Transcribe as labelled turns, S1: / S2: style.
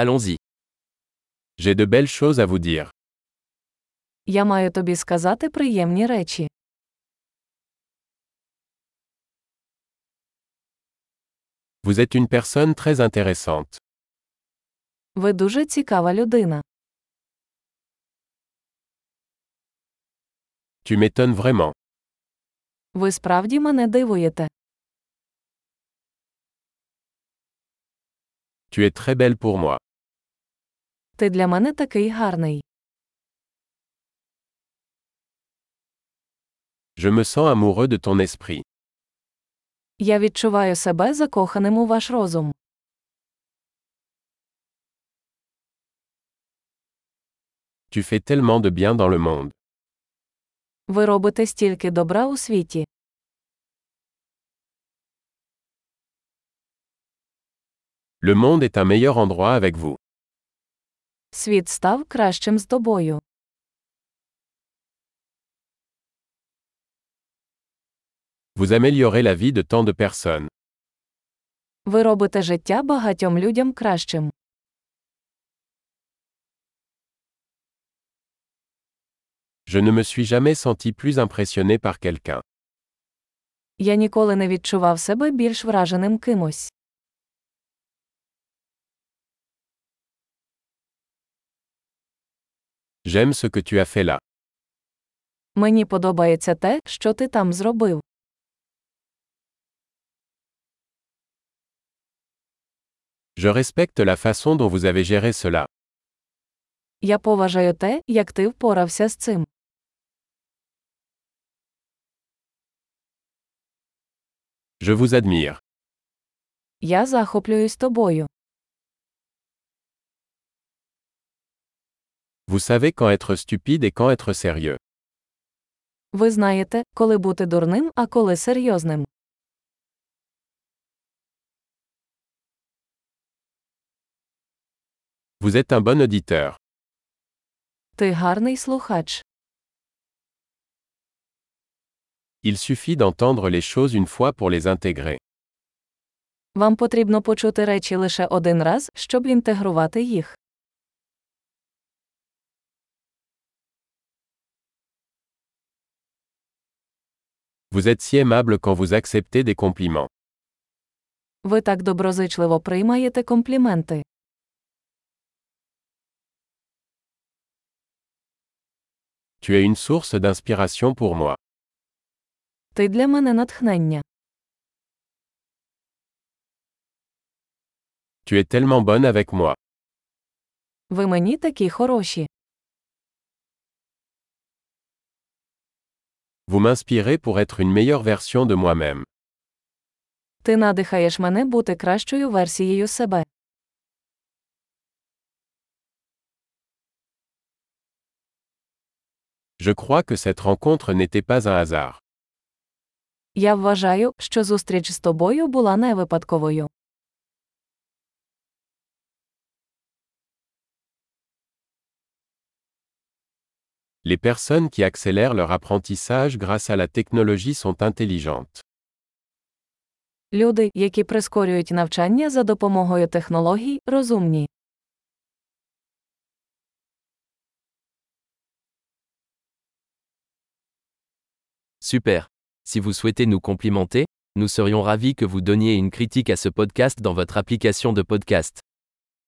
S1: Allons-y. J'ai de belles choses à vous dire.
S2: Я маю тобі сказати приємні речі.
S1: Vous êtes une personne très intéressante.
S2: Ви дуже цікава людина.
S1: Tu m'étonnes vraiment.
S2: Ви справді мене дивуєте.
S1: Tu es très belle pour moi.
S2: Ти для мене такий гарний.
S1: Je me sens amoureux de ton esprit.
S2: Я відчуваю себе закоханим у ваш розум.
S1: Tu fais tellement de bien dans le monde.
S2: Ви робите стільки добра у світі.
S1: Le monde est un meilleur endroit avec vous.
S2: Світ став кращим з тобою.
S1: Vous améliorez la vie de tant de personnes.
S2: Ви робите життя багатьом людям кращим.
S1: Je ne me suis jamais senti plus impressionné par quelqu'un.
S2: Я ніколи не відчував себе більш враженим кимось.
S1: J'aime ce que tu as fait là.
S2: Мені подобається те, що ти там зробив.
S1: Je respecte la façon dont vous avez géré cela.
S2: Я поважаю те, як ти впорався з цим.
S1: Je vous admire.
S2: Я захоплююсь тобою.
S1: Vous savez quand être stupide et quand être sérieux.
S2: Ви знаєте, коли бути дурним, а коли серйозним.
S1: Vous êtes un bon auditeur.
S2: Ти гарний слухач.
S1: Il suffit d'entendre les choses une fois pour les intégrer.
S2: Вам потрібно почути речі лише один раз, щоб інтегрувати їх.
S1: Vous êtes si aimable quand vous acceptez des compliments.
S2: Ви так доброзичливо приймаєте компліменти.
S1: Tu es une source d'inspiration pour moi.
S2: Ти для мене натхнення.
S1: Tu es tellement bonne avec moi.
S2: Ви мені такі хороші.
S1: Vous m'inspirez pour être une meilleure version de moi-même.
S2: Ти надихаєш мене бути кращою версією себе.
S1: Je crois que cette rencontre n'était pas un hasard.
S2: Я вважаю, що зустріч з тобою була не випадковою.
S1: Les personnes qui accélèrent leur apprentissage grâce à la technologie sont intelligentes.
S2: Люди, які прискорюють навчання за допомогою технологій, розумні.
S3: Super. Si vous souhaitez nous complimenter, nous serions ravis que vous donniez une critique à ce podcast dans votre application de podcast.